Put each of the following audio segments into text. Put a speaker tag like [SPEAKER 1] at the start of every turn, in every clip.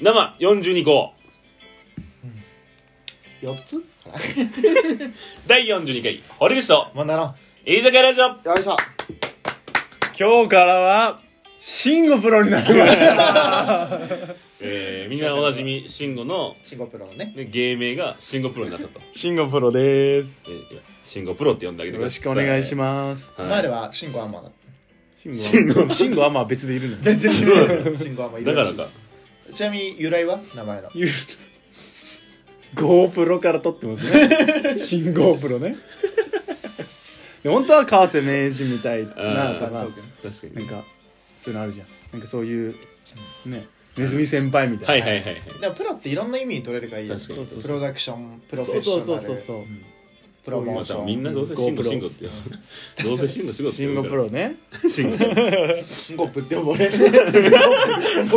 [SPEAKER 1] 生42号
[SPEAKER 2] 4つ
[SPEAKER 1] 第42回堀口と
[SPEAKER 2] まあならん
[SPEAKER 1] 飯坂ラジオ
[SPEAKER 2] よいしょ
[SPEAKER 3] 今日からは慎吾プロになりました
[SPEAKER 1] えー、みんなおなじみ慎吾の、
[SPEAKER 2] シンゴプロのね
[SPEAKER 1] ね、芸名が慎吾プロになったと
[SPEAKER 3] 慎吾プロです
[SPEAKER 1] えーいや慎吾プロって呼んであげて
[SPEAKER 3] よ
[SPEAKER 1] くだ
[SPEAKER 3] ろ
[SPEAKER 1] さ
[SPEAKER 3] し
[SPEAKER 1] い
[SPEAKER 3] くお願いし
[SPEAKER 1] ま
[SPEAKER 3] ます
[SPEAKER 1] す、はい
[SPEAKER 2] 前ではシンゴアンマーだった
[SPEAKER 3] 慎吾は慎吾はまあ別でいるの
[SPEAKER 2] 全然 シンゴアンマーい
[SPEAKER 1] だ
[SPEAKER 2] る
[SPEAKER 1] から
[SPEAKER 2] しい
[SPEAKER 1] か
[SPEAKER 2] ちなみに由来は名前の
[SPEAKER 3] GoPro から撮ってますね新 GoPro ねで本当は川瀬名人みたいな
[SPEAKER 1] あー
[SPEAKER 3] とかなんか
[SPEAKER 1] 確かに
[SPEAKER 3] そういうのあるじゃんなんかそういうねネズミ先輩みた
[SPEAKER 1] はいい
[SPEAKER 3] な、
[SPEAKER 1] はいはいはい
[SPEAKER 2] でもプロっていろんな意味に取れるからいいよね
[SPEAKER 1] 確かに
[SPEAKER 2] プロダクションプロフェ
[SPEAKER 3] そ
[SPEAKER 2] ッ
[SPEAKER 3] う
[SPEAKER 2] シ
[SPEAKER 3] そう
[SPEAKER 2] ョ
[SPEAKER 3] そ
[SPEAKER 2] ナ
[SPEAKER 3] う
[SPEAKER 2] ル
[SPEAKER 3] そうそう
[SPEAKER 2] プロモーシ
[SPEAKER 1] ま
[SPEAKER 2] ョ
[SPEAKER 1] あ
[SPEAKER 2] ン
[SPEAKER 1] みんなどうせ慎吾
[SPEAKER 3] GoPro
[SPEAKER 1] 慎吾って呼ぶどうせ慎吾慎吾って
[SPEAKER 3] 慎
[SPEAKER 1] 呼ぶ
[SPEAKER 3] 吾プ
[SPEAKER 1] から
[SPEAKER 3] ロね
[SPEAKER 1] 慎吾
[SPEAKER 2] シンゴプって呼ばれる
[SPEAKER 3] 慎吾っ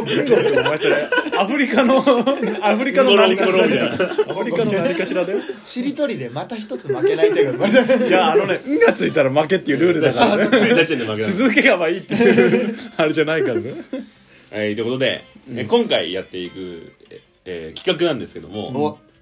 [SPEAKER 3] てお前それアフリカのアフリカの何かしらだよアフリカの何かしらだよ
[SPEAKER 2] しりとりでまた一つ負けないということで
[SPEAKER 3] いやあのね「運がついたら負け」っていうルールだか らね
[SPEAKER 1] つい出してんで負け ない
[SPEAKER 3] 続ければいいっていうあれじゃないからね
[SPEAKER 1] はいということで、え今回やっていく、ええー企画なんですけども、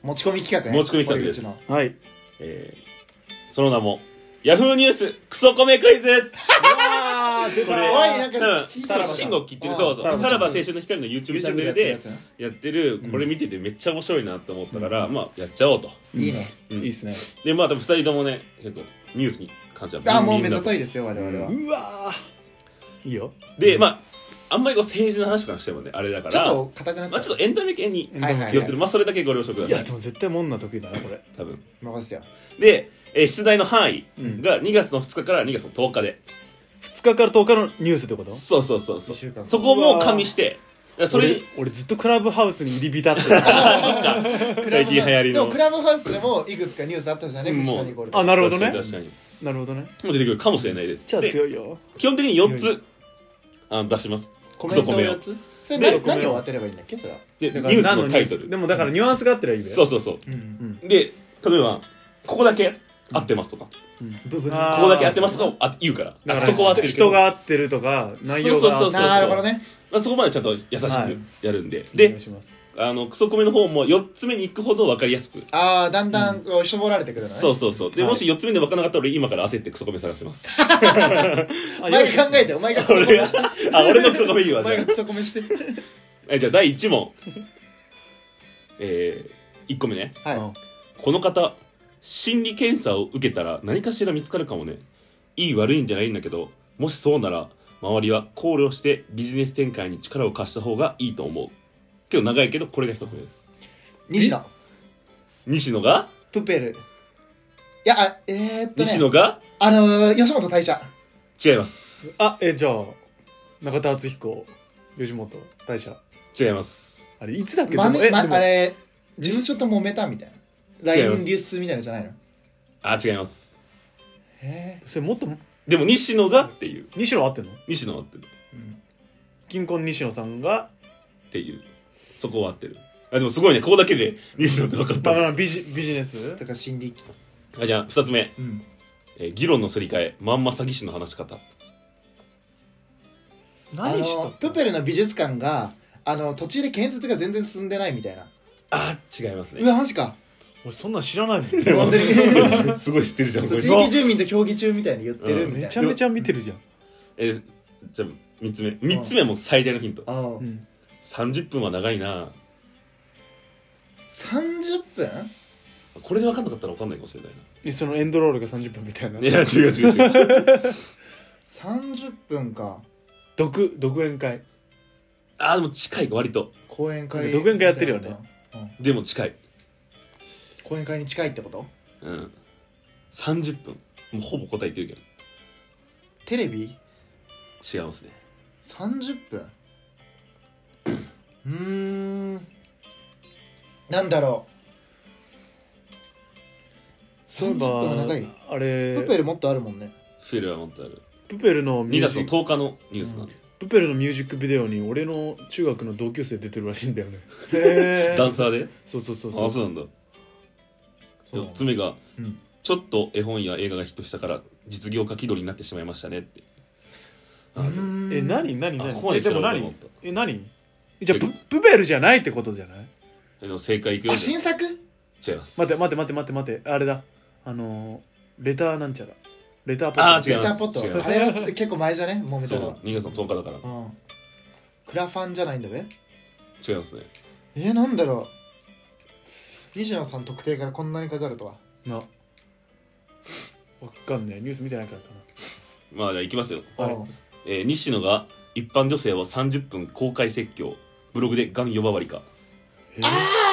[SPEAKER 2] お持ち込み企画ね
[SPEAKER 1] 持ち込み企画です
[SPEAKER 2] 森口
[SPEAKER 3] はい
[SPEAKER 1] えーその名もヤフーニュースクソコメクイズ
[SPEAKER 3] あー出
[SPEAKER 1] これ
[SPEAKER 2] おいなんか
[SPEAKER 1] 多
[SPEAKER 2] 聞い
[SPEAKER 1] 分
[SPEAKER 2] たらば
[SPEAKER 1] そう慎吾切ってる
[SPEAKER 2] あー
[SPEAKER 1] そうそう
[SPEAKER 3] さ
[SPEAKER 1] さ
[SPEAKER 3] ら
[SPEAKER 1] らば
[SPEAKER 3] ば
[SPEAKER 1] 青春の光の YouTube チャンネ
[SPEAKER 2] YouTube
[SPEAKER 1] ル
[SPEAKER 2] でやっ
[SPEAKER 1] で
[SPEAKER 2] てるや
[SPEAKER 1] やってるこれ見ててめっちゃ面白いなと思ったから、まあやっちゃおうと
[SPEAKER 2] のいいね
[SPEAKER 3] いいっすね
[SPEAKER 1] でまあ多分2人ともね結構ニュースに関しては
[SPEAKER 2] あもう
[SPEAKER 1] み
[SPEAKER 2] 目
[SPEAKER 1] んな
[SPEAKER 2] ざといですよ我々は
[SPEAKER 3] うわーいいよ
[SPEAKER 1] でまああんまりこう政治の話とかしてもねあれだか
[SPEAKER 2] ちょっ
[SPEAKER 1] ら
[SPEAKER 2] と硬くなっち
[SPEAKER 1] ま
[SPEAKER 2] ゃ
[SPEAKER 1] あ、
[SPEAKER 2] う
[SPEAKER 1] ちょっとエンタメ系に
[SPEAKER 2] はいはい
[SPEAKER 1] 寄ってるまあそれだけご了承くだ
[SPEAKER 3] い
[SPEAKER 1] さ
[SPEAKER 3] や
[SPEAKER 1] い
[SPEAKER 3] でも絶対もんな得意だなこれ
[SPEAKER 1] 多分
[SPEAKER 2] 任せよ
[SPEAKER 1] で、えー出題の範囲が2月の2日から2月の10日で、
[SPEAKER 3] 2日から10日のニュースってこと
[SPEAKER 1] そうそうそうそ
[SPEAKER 2] 一週間
[SPEAKER 1] うそこも加味してそれ
[SPEAKER 3] 俺俺ずっとクラブハウスに入り浸ってた
[SPEAKER 1] 最近流行り
[SPEAKER 2] で
[SPEAKER 1] の
[SPEAKER 2] もクラブハウスでもいくつかニュースあったじゃんね
[SPEAKER 1] うん
[SPEAKER 2] 口下にこれ
[SPEAKER 3] あなるほどね
[SPEAKER 1] 確かに確か
[SPEAKER 3] なるほどね
[SPEAKER 1] にもう出てくるかもしれないです
[SPEAKER 3] じゃあ
[SPEAKER 1] で
[SPEAKER 3] 強いよ
[SPEAKER 1] 基本的に4つあの出します
[SPEAKER 2] コメントのや
[SPEAKER 1] クソ
[SPEAKER 2] つそれ
[SPEAKER 1] で
[SPEAKER 2] な
[SPEAKER 1] コメを
[SPEAKER 2] 何を当てればいいんだっけそれは
[SPEAKER 1] でニュ
[SPEAKER 3] だから
[SPEAKER 1] ース
[SPEAKER 3] 何
[SPEAKER 1] のタイト
[SPEAKER 3] ニュース
[SPEAKER 1] ル
[SPEAKER 3] でもだからニュアンスがあったらいいべ
[SPEAKER 1] そううそうそう
[SPEAKER 2] うん
[SPEAKER 1] で例えばここだけ合ってますとか、
[SPEAKER 2] ブブ
[SPEAKER 3] あー
[SPEAKER 1] ここだけ合ってますとかあ言うから
[SPEAKER 3] だ
[SPEAKER 1] あ
[SPEAKER 3] から
[SPEAKER 1] そこは合ってるけど
[SPEAKER 3] 人が合ってるとか内容が
[SPEAKER 1] そうそうそう
[SPEAKER 2] なるほどね
[SPEAKER 1] まあ、そこまでちゃんと優し
[SPEAKER 3] はい
[SPEAKER 1] くやるんで、
[SPEAKER 3] お願
[SPEAKER 1] で
[SPEAKER 3] いします
[SPEAKER 1] あのクソコメの方も4つ目に行くほど分かりやすく
[SPEAKER 2] ああだんだんこう絞られてくるのね
[SPEAKER 1] そうそうそうで、
[SPEAKER 3] はい
[SPEAKER 1] もし4つ目で分からなかったら俺今から焦ってクソコメ探します
[SPEAKER 3] あ
[SPEAKER 2] お
[SPEAKER 3] よ
[SPEAKER 2] 前
[SPEAKER 3] い
[SPEAKER 2] が考えてお前がクソコ
[SPEAKER 1] 俺
[SPEAKER 2] メ
[SPEAKER 1] が
[SPEAKER 2] して
[SPEAKER 1] あ俺のクソコメいい
[SPEAKER 2] お
[SPEAKER 1] わじ ゃ
[SPEAKER 2] 前がクソコメして
[SPEAKER 1] あえじゃあ第1問えー、1個目ね
[SPEAKER 2] はい
[SPEAKER 1] この方心理検査を受けたら何かしら見つかるかもねいい悪いんじゃないんだけどもしそうなら周りは考慮してビジネス展開に力を貸した方がいいと思う今日長いけどこれが1つ目です
[SPEAKER 2] 西野
[SPEAKER 1] 西野が、
[SPEAKER 2] プペルいやあえーっと
[SPEAKER 1] 西野
[SPEAKER 2] ね
[SPEAKER 1] が
[SPEAKER 2] あのー吉本大社
[SPEAKER 1] 違います
[SPEAKER 3] あえじゃあ中田敦彦吉本大社
[SPEAKER 1] 違います
[SPEAKER 3] あれいつだっけ
[SPEAKER 2] まめ
[SPEAKER 3] でも
[SPEAKER 2] ま
[SPEAKER 3] えでも
[SPEAKER 2] あれ事務所と揉めたみたいな
[SPEAKER 1] 違います
[SPEAKER 2] LINE 流出みたいなのじゃないの
[SPEAKER 1] あ違います
[SPEAKER 2] え
[SPEAKER 3] それもっと
[SPEAKER 1] でも西野がっていう
[SPEAKER 3] 西野合ってんの
[SPEAKER 1] 西野は合ってる
[SPEAKER 3] 金婚西野さんが
[SPEAKER 1] っていうそこは合ってるあでもすごいねここだけで西野って分かっ
[SPEAKER 3] まあま
[SPEAKER 1] た
[SPEAKER 3] あビジビジネス
[SPEAKER 2] ーとか心理
[SPEAKER 1] あじゃあ2つ目、
[SPEAKER 2] うん
[SPEAKER 1] えー議論のすり替えまんま詐欺師の話し方
[SPEAKER 3] 何し
[SPEAKER 2] あの
[SPEAKER 3] た
[SPEAKER 2] プペルの美術館があの途中で建設が全然進んでないみたいな
[SPEAKER 1] あ違います
[SPEAKER 2] う
[SPEAKER 1] ね
[SPEAKER 2] わマジか
[SPEAKER 3] 俺そんなん知らないもん
[SPEAKER 2] 本当 に
[SPEAKER 1] すごい知ってるじゃんこ
[SPEAKER 2] 地
[SPEAKER 1] いつ
[SPEAKER 2] 域住民と協議中みたいに言ってる
[SPEAKER 1] うん
[SPEAKER 2] み
[SPEAKER 3] めち
[SPEAKER 2] た
[SPEAKER 3] ゃ
[SPEAKER 2] いな
[SPEAKER 3] めちゃ見てるじゃん
[SPEAKER 1] えーじゃあ3つ目3つ目も最大のヒント
[SPEAKER 2] あー
[SPEAKER 3] うん
[SPEAKER 1] 30分は長いな
[SPEAKER 2] 30分
[SPEAKER 1] これで分かんなかったら分かんないかもしれないな
[SPEAKER 3] えそのエンドロールが30分みたいない
[SPEAKER 1] や違う違う違う
[SPEAKER 2] 30分か
[SPEAKER 3] 独独演会
[SPEAKER 1] あーでも近い割と
[SPEAKER 2] 講演会
[SPEAKER 3] 独演会やってるよね
[SPEAKER 2] うん
[SPEAKER 1] でも近い
[SPEAKER 2] 講演会に近いってこと
[SPEAKER 1] うん30分もうほぼ答えてるけ
[SPEAKER 2] テレビ
[SPEAKER 1] ど違いますね
[SPEAKER 2] 30分うーんなんだろう
[SPEAKER 3] そういえ
[SPEAKER 2] 30分は長い
[SPEAKER 3] ばあれ
[SPEAKER 2] プペルもっとあるもんね
[SPEAKER 1] フェルはもっとある
[SPEAKER 3] プペルのミ
[SPEAKER 1] 2
[SPEAKER 3] ュー
[SPEAKER 1] 月
[SPEAKER 3] ジ
[SPEAKER 1] の
[SPEAKER 3] ック
[SPEAKER 1] 10日のニュースなんで、
[SPEAKER 3] プペルのミュージックビデオに俺の中学の同級生出てるらしいんだよねへ
[SPEAKER 1] ダンサーで
[SPEAKER 3] そうそうそう
[SPEAKER 1] あ
[SPEAKER 3] そ
[SPEAKER 1] あ
[SPEAKER 3] う
[SPEAKER 1] そうなんだ
[SPEAKER 3] そう
[SPEAKER 1] 4つ目が、
[SPEAKER 2] うん
[SPEAKER 1] ちょっと絵本や映画がヒットしたから実業家気取りになってしまいましたねってあ
[SPEAKER 2] うーん
[SPEAKER 3] え何何何
[SPEAKER 1] あここまで
[SPEAKER 3] えで
[SPEAKER 1] 来
[SPEAKER 3] も
[SPEAKER 1] たら俺も
[SPEAKER 3] 何
[SPEAKER 1] 思っ
[SPEAKER 3] え何じゃあププペルじゃないってことじゃない
[SPEAKER 1] あの正解いくよ
[SPEAKER 2] あ新作
[SPEAKER 1] 違います
[SPEAKER 3] 待って待って待って待って待ってあれだあのー、レターなんちゃらレター
[SPEAKER 1] あ
[SPEAKER 3] パ
[SPEAKER 1] ー違
[SPEAKER 2] レ
[SPEAKER 1] う
[SPEAKER 2] ターポッ
[SPEAKER 1] 違
[SPEAKER 2] ト
[SPEAKER 1] います
[SPEAKER 2] あれはちょ結構前じゃねもめた
[SPEAKER 1] そ
[SPEAKER 2] の
[SPEAKER 1] う
[SPEAKER 2] は
[SPEAKER 1] 新潟さん10日だから
[SPEAKER 2] うんクラファンじゃないんだべ
[SPEAKER 1] 違いますね
[SPEAKER 2] えー、なんだろう西野さん特定からこんなにかかるとは
[SPEAKER 3] なわかんないニュース見てないからか
[SPEAKER 1] まあじゃあいきますよ、
[SPEAKER 3] はい
[SPEAKER 2] うん
[SPEAKER 1] えー西野が一般女性は30分公開説教ブログでがん呼ばわりか
[SPEAKER 3] なえ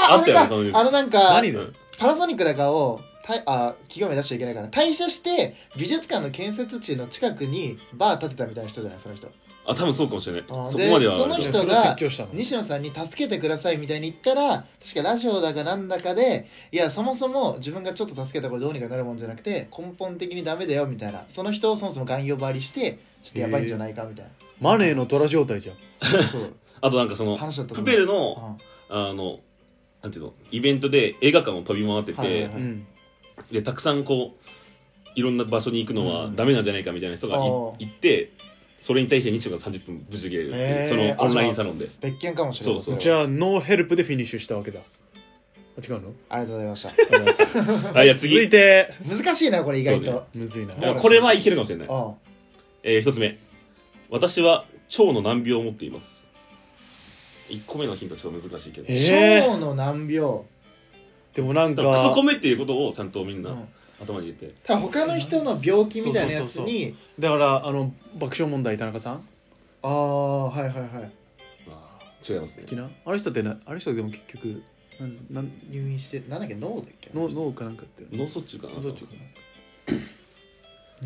[SPEAKER 1] あったよねこのニュース
[SPEAKER 2] あのなんか
[SPEAKER 3] 何
[SPEAKER 1] う
[SPEAKER 3] だよ
[SPEAKER 1] ん
[SPEAKER 2] パナソニックだかをたあ企業名出しちゃいけないから退社して美術館の建設地の近くにバー建てたみたいな人じゃないその人
[SPEAKER 1] あ多分そうかもしれな
[SPEAKER 2] あ
[SPEAKER 1] い
[SPEAKER 2] ー
[SPEAKER 1] そこまでは
[SPEAKER 2] でその
[SPEAKER 1] あれだけ
[SPEAKER 3] ー
[SPEAKER 1] ど
[SPEAKER 2] 人
[SPEAKER 3] それ
[SPEAKER 2] が
[SPEAKER 3] 説教したの
[SPEAKER 2] 西野さんに助けてくださいみたいに言ったら確かラジオだかなんだかでいやそもそも自分がちょっと助けたことどうにかなるもんじゃなくて根本的にダメだよみたいなその人をそもそも含呼ばわりしてちょっとやばいんじゃないかみたいな、
[SPEAKER 3] マネーの虎状態じゃん
[SPEAKER 2] そう
[SPEAKER 1] あとなんかその
[SPEAKER 2] 話だった
[SPEAKER 1] プ
[SPEAKER 2] と思う
[SPEAKER 1] ペルの
[SPEAKER 2] うん
[SPEAKER 1] あのなんていうのイベントで映画館を飛び回ってて、
[SPEAKER 2] はいはいはい
[SPEAKER 3] うん
[SPEAKER 1] でたくさんこういろんな場所に行くのは
[SPEAKER 2] うん
[SPEAKER 1] ダメなんじゃないかみたいな人がい
[SPEAKER 2] あー
[SPEAKER 1] 行ってそれに対して西野が30分ぶち切れるっていう、
[SPEAKER 2] へー
[SPEAKER 1] そのオンラインサロンで
[SPEAKER 2] 別件かもしれない
[SPEAKER 1] そうそう
[SPEAKER 3] じゃあノーヘルプでフィニッシュしたわけだあ違うの
[SPEAKER 2] ありがとうございましたありがとうございまし
[SPEAKER 1] あいや
[SPEAKER 3] 続
[SPEAKER 1] 次
[SPEAKER 3] いて
[SPEAKER 2] た難しいなこれ意外
[SPEAKER 1] そうね
[SPEAKER 2] と
[SPEAKER 3] むずいな
[SPEAKER 1] だからこれはいけるかもしれない、
[SPEAKER 2] うん
[SPEAKER 1] えー、1つ目私は腸の難病を持っています1個目のヒントはちょっと難しいけど、
[SPEAKER 3] えー
[SPEAKER 2] 腸の難病
[SPEAKER 3] でもなん
[SPEAKER 1] だ
[SPEAKER 3] か
[SPEAKER 1] からクソコメっていうことをちゃんとみん
[SPEAKER 2] う
[SPEAKER 1] なん頭に入れて、
[SPEAKER 2] 多分他の人の病気みたいなやつ
[SPEAKER 3] そうそうそう
[SPEAKER 2] に
[SPEAKER 3] だからあの爆笑問題田中さん
[SPEAKER 2] ああはいはいはい
[SPEAKER 1] あー違いますね
[SPEAKER 3] 的なあの人ってなあの人でも結局なんなん
[SPEAKER 2] 入院してなんだっけ脳だっけ
[SPEAKER 3] 脳脳かなんかって
[SPEAKER 1] 脳卒中かな
[SPEAKER 3] 脳卒中か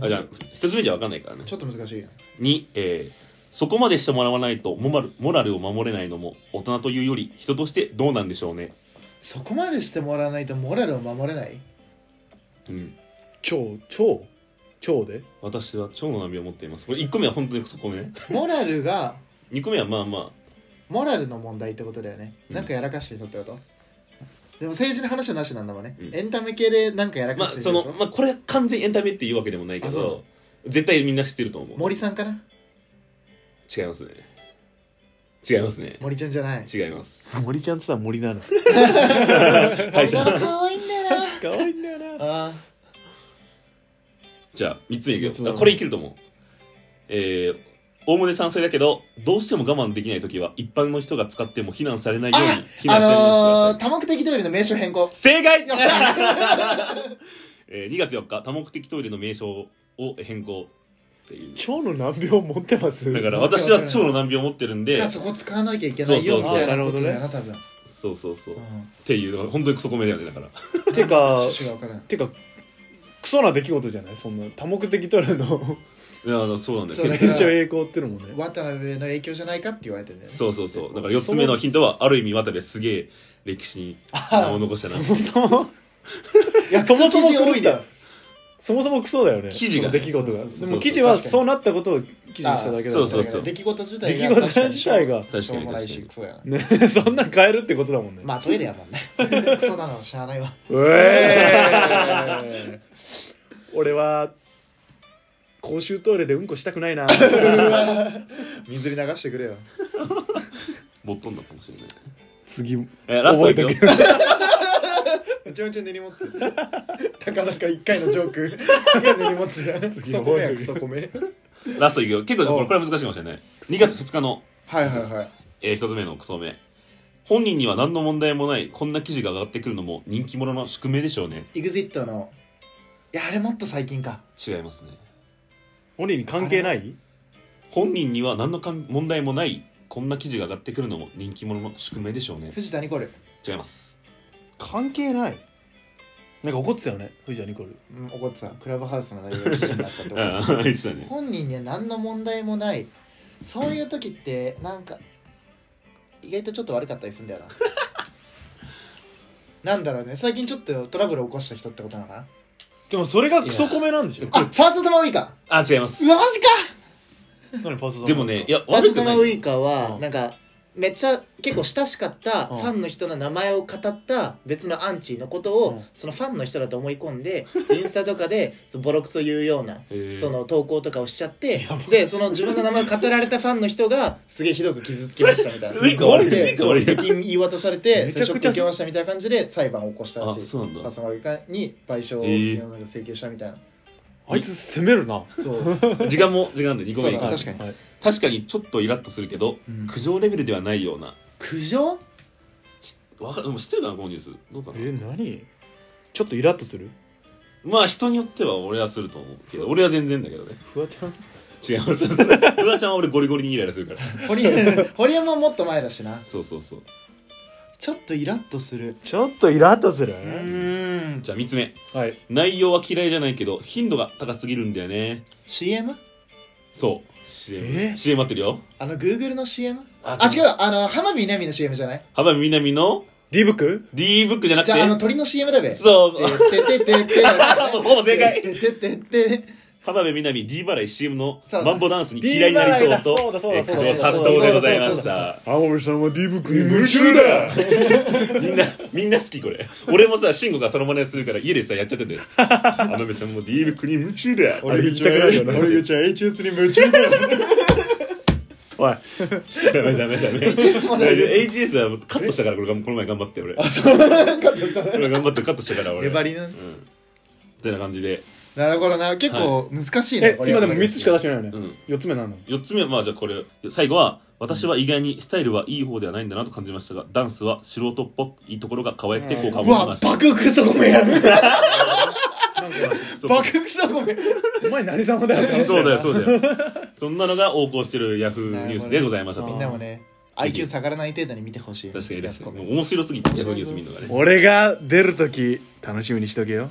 [SPEAKER 3] な
[SPEAKER 1] あじゃあ1つ目じゃ分かんないからね
[SPEAKER 2] ちょっと難しいな
[SPEAKER 1] 2、えーそこまでしてもらわないとモラルモラルを守れないのも大人というより人としてどうなんでしょうね
[SPEAKER 2] そこまでしてもらわないとモラルを守れない
[SPEAKER 1] うん
[SPEAKER 3] 超超超で
[SPEAKER 1] 私は腸の難病を持っていますこれ1個目は本当にクソコメね
[SPEAKER 2] モラルが
[SPEAKER 1] 2個目はまあま
[SPEAKER 2] モラルの問題ってことだよね、
[SPEAKER 1] うん
[SPEAKER 2] なんかやらかしてそうってことでも政治の話はなしなんだもんね、
[SPEAKER 1] うん
[SPEAKER 2] エンタメ系でなんかやら
[SPEAKER 1] あま
[SPEAKER 2] か
[SPEAKER 1] あ
[SPEAKER 2] して
[SPEAKER 1] そ
[SPEAKER 2] るで
[SPEAKER 1] の
[SPEAKER 2] しょ、
[SPEAKER 1] まあこれは完全にエンタメっていうわけでもないけ
[SPEAKER 2] あそ
[SPEAKER 1] ど絶対みんな知ってると思う
[SPEAKER 2] 森さんかな
[SPEAKER 1] 違いますね違いますね
[SPEAKER 2] 森ちゃんじゃない
[SPEAKER 1] 違います
[SPEAKER 3] 森ちゃんってさ森なの
[SPEAKER 1] 会社
[SPEAKER 2] 森可愛いんだよな
[SPEAKER 3] かわいいんだよな
[SPEAKER 2] あ
[SPEAKER 1] じゃあ3つ目い
[SPEAKER 3] 三
[SPEAKER 1] く
[SPEAKER 3] つ目
[SPEAKER 1] よあこれいけると思うえーおおむね賛成だけどどうしても我慢できない時は一般の人が使っても非難されないように非
[SPEAKER 2] ー
[SPEAKER 1] 難しないようにしてください
[SPEAKER 2] あ、あのー、多目的トイレの名称変更
[SPEAKER 1] 正解
[SPEAKER 2] よっしゃ
[SPEAKER 1] えー、2月4日多目的トイレの名称を変更っていう
[SPEAKER 3] 腸の難病持ってます
[SPEAKER 1] だから
[SPEAKER 2] わけわ
[SPEAKER 1] 私
[SPEAKER 2] から
[SPEAKER 1] は
[SPEAKER 2] ん
[SPEAKER 1] 腸の難病を持ってるんで
[SPEAKER 2] そこ使わなきゃいけない
[SPEAKER 1] そ
[SPEAKER 2] よ
[SPEAKER 1] う
[SPEAKER 2] み
[SPEAKER 1] そうそう
[SPEAKER 2] たいなことだよな多分
[SPEAKER 1] そうそうそう、
[SPEAKER 2] う
[SPEAKER 1] っ
[SPEAKER 2] ん
[SPEAKER 1] ていう本当にクソコメだよねだから
[SPEAKER 3] てか
[SPEAKER 2] 趣旨が分からん
[SPEAKER 3] てかクソな出来事じゃないそんな多目的トイレ の
[SPEAKER 1] いやあのそうなんだよ
[SPEAKER 2] そうだ
[SPEAKER 1] け
[SPEAKER 2] け
[SPEAKER 1] ど
[SPEAKER 2] ど
[SPEAKER 3] 検証栄光ってのもね
[SPEAKER 2] 渡辺の影響じゃないかって言われてるんだよね
[SPEAKER 1] そうそうそうだから4つ目のヒントはある意味渡部すげえ歴史に名を残したな
[SPEAKER 3] そもそも
[SPEAKER 2] いや
[SPEAKER 3] そもそも
[SPEAKER 2] 記事多
[SPEAKER 3] 狂
[SPEAKER 2] い
[SPEAKER 3] っ
[SPEAKER 2] だ
[SPEAKER 3] た
[SPEAKER 2] よ
[SPEAKER 3] そもそもクソだよね
[SPEAKER 1] 記事が
[SPEAKER 3] その出来
[SPEAKER 2] そ
[SPEAKER 3] 事が
[SPEAKER 2] うそう
[SPEAKER 1] そ
[SPEAKER 3] で
[SPEAKER 1] う
[SPEAKER 3] も記事はそうなったことを記事にしただけだ
[SPEAKER 1] そうそうそう
[SPEAKER 2] 出来事自体
[SPEAKER 3] 出
[SPEAKER 2] が
[SPEAKER 3] 来事自体が
[SPEAKER 1] 確
[SPEAKER 2] し
[SPEAKER 1] か
[SPEAKER 2] ょう
[SPEAKER 1] に
[SPEAKER 2] もない
[SPEAKER 1] 確
[SPEAKER 2] しクソやな
[SPEAKER 3] ね そんなん変えるってことだもんね
[SPEAKER 2] まあトイレやも んねクソなのはしゃあないわ
[SPEAKER 3] うえー俺は公衆トイレでうんこしたくな いな
[SPEAKER 2] 水に流してくれよ
[SPEAKER 1] ボットンだかもしれない、
[SPEAKER 3] 次
[SPEAKER 1] えー、ラストいくよ
[SPEAKER 3] 覚え とけ
[SPEAKER 2] めちゃめちゃ練り持つたかだか1回のジョークすげえ練り持つじゃん クソ米やクソ米
[SPEAKER 1] ラストいくよ結構これこれは難しいかもしれない2月2日の、
[SPEAKER 2] はいはいはい
[SPEAKER 1] えー、1つ目のクソメ本人には何の問題もないこんな記事が上がってくるのも人気者の宿命でしょうね
[SPEAKER 2] EXIT のいやあれもっと最近か
[SPEAKER 1] 違いますね
[SPEAKER 3] 本人に関係ない
[SPEAKER 1] 本人には何のかん問題もないこんな記事が上がってくるのも人気者の宿命でしょうね
[SPEAKER 2] 藤田ニコル
[SPEAKER 1] 違います
[SPEAKER 3] 関係ないなんか怒ってたよね藤田ニコル
[SPEAKER 2] うん怒ってたクラブハウスの内容記事になったってこ
[SPEAKER 1] う
[SPEAKER 2] とです
[SPEAKER 1] ん言ってたね
[SPEAKER 2] 本人には何の問題もないそういう時ってなんか意外とちょっと悪かったりするんだよななんだろうね最近ちょっとトラブル起こした人ってことなのかな
[SPEAKER 3] でもそれがクソコメなんでしょ
[SPEAKER 1] いや
[SPEAKER 2] あファーストサマーウイカ
[SPEAKER 1] あ違います
[SPEAKER 2] うわマジか
[SPEAKER 3] 何パーソナル
[SPEAKER 1] でもねいや
[SPEAKER 2] ファー
[SPEAKER 1] 悪
[SPEAKER 2] ストサ
[SPEAKER 1] く
[SPEAKER 2] マ
[SPEAKER 1] な
[SPEAKER 2] ーウ
[SPEAKER 1] い
[SPEAKER 2] イカはなんか
[SPEAKER 4] めっちゃ結構親しかったファンの人の名前を語った別のアンチのこと
[SPEAKER 3] う
[SPEAKER 4] を
[SPEAKER 3] ん
[SPEAKER 4] そのファンの人だと思い込んでインスタとかでそのボロクソ言うような
[SPEAKER 1] へえ
[SPEAKER 4] その投稿とかをしちゃってでその自分の名前を語られたファンの人がすげえひどく傷つきましたみた
[SPEAKER 1] それ
[SPEAKER 4] い
[SPEAKER 1] す
[SPEAKER 4] な
[SPEAKER 1] ごい悪い
[SPEAKER 4] で
[SPEAKER 1] すごい
[SPEAKER 4] 出金言い渡されて
[SPEAKER 3] め
[SPEAKER 4] そ
[SPEAKER 3] ちゃ
[SPEAKER 4] れショッ
[SPEAKER 3] くちゃ
[SPEAKER 4] ク受けましたみたいな感じで裁判を起こしたらし
[SPEAKER 1] あ
[SPEAKER 4] い
[SPEAKER 1] そうなんだ
[SPEAKER 4] 笠間がに賠償を
[SPEAKER 1] へえ
[SPEAKER 4] 昨日の請求したみたいな
[SPEAKER 3] あいつ攻めるな
[SPEAKER 4] そう
[SPEAKER 1] 時間も時間で2個目い
[SPEAKER 2] そう
[SPEAKER 1] か
[SPEAKER 2] だ確かに
[SPEAKER 3] はい
[SPEAKER 1] 確かにちょっとイラッとするけど、
[SPEAKER 2] うん
[SPEAKER 1] 苦情レベルではないような
[SPEAKER 4] 苦情
[SPEAKER 1] わかでも知ってるかなこのニュースどうかな
[SPEAKER 3] え何ちょっとイラッとする
[SPEAKER 1] まあ人によっては俺はすると思うけど俺は全然だけどね
[SPEAKER 3] フワちゃん
[SPEAKER 1] 違うフワちゃんは俺ゴリゴリにイライラするから
[SPEAKER 2] 堀堀山はもっと前だしな
[SPEAKER 1] そうそうそう
[SPEAKER 2] ちょっとイラッとする
[SPEAKER 3] ちょっとイラッとする
[SPEAKER 2] うん
[SPEAKER 1] じゃあ3つ目
[SPEAKER 3] はい
[SPEAKER 1] 内容は嫌いじゃないけど頻度が高すぎるんだよね
[SPEAKER 2] CM?
[SPEAKER 1] そう CM,、
[SPEAKER 3] えー
[SPEAKER 1] CM 待ってるよ
[SPEAKER 2] あの Google の CM?
[SPEAKER 1] あ
[SPEAKER 2] あ違うあの浜辺美波の CM じゃない
[SPEAKER 1] 浜辺美波の
[SPEAKER 3] D ブック
[SPEAKER 1] D ブックじゃなく
[SPEAKER 2] じゃああの
[SPEAKER 1] て
[SPEAKER 2] 鳥の CM だべ
[SPEAKER 1] そう
[SPEAKER 2] ててててて
[SPEAKER 1] ほぼ正解
[SPEAKER 2] ててててて
[SPEAKER 1] 浜辺美波 D 払い CM の
[SPEAKER 2] そうだ
[SPEAKER 1] マンボダンスに嫌いになりそうと
[SPEAKER 3] D 払いだそうだそう
[SPEAKER 1] え
[SPEAKER 3] だ
[SPEAKER 1] ー
[SPEAKER 3] そう
[SPEAKER 1] 苦
[SPEAKER 3] だ
[SPEAKER 1] 情殺到でございまし
[SPEAKER 2] そうだそうだ
[SPEAKER 1] た
[SPEAKER 3] 青森さんは D ブックに夢中だ
[SPEAKER 1] みんなみんな好きこれ俺もさ慎吾がその真似するから家でさやっちゃってて浜辺さんも D ブックに夢中だ
[SPEAKER 3] 俺言いたくないよな
[SPEAKER 2] 俺たちは HS に夢中だよ
[SPEAKER 3] おい
[SPEAKER 1] ダメダメダメ
[SPEAKER 2] HS まで
[SPEAKER 1] AGS はカットしたからこれこの前頑張って俺俺頑張ってカットしたから俺
[SPEAKER 2] 粘りな
[SPEAKER 1] ってな感じで
[SPEAKER 2] なるほどな結構難しいね
[SPEAKER 3] え今でも3つしか出してないよ
[SPEAKER 1] う
[SPEAKER 3] ね
[SPEAKER 1] ん
[SPEAKER 3] 4つ目なんの
[SPEAKER 1] 4つ目はまあじゃあこれ最後は私は意外にスタイルはいい方ではないんだなと感じましたがダンスは素人っぽいところが可愛くて好感
[SPEAKER 2] う
[SPEAKER 1] もし
[SPEAKER 2] わ
[SPEAKER 1] ました
[SPEAKER 2] 爆クソごめん
[SPEAKER 3] なんか
[SPEAKER 1] そう
[SPEAKER 2] 爆クソごめん
[SPEAKER 3] お前何様だ よ
[SPEAKER 1] そうだ よそうだよそんなのが横行してるヤフーニュースでございましたと
[SPEAKER 2] みんなもね IQ 下がらない程度に見てほしい
[SPEAKER 1] 確かに確かに
[SPEAKER 2] ごめん
[SPEAKER 1] もう面白すぎてヤフーニュース見るのがね
[SPEAKER 3] 俺が出るとき楽しみにしとけよ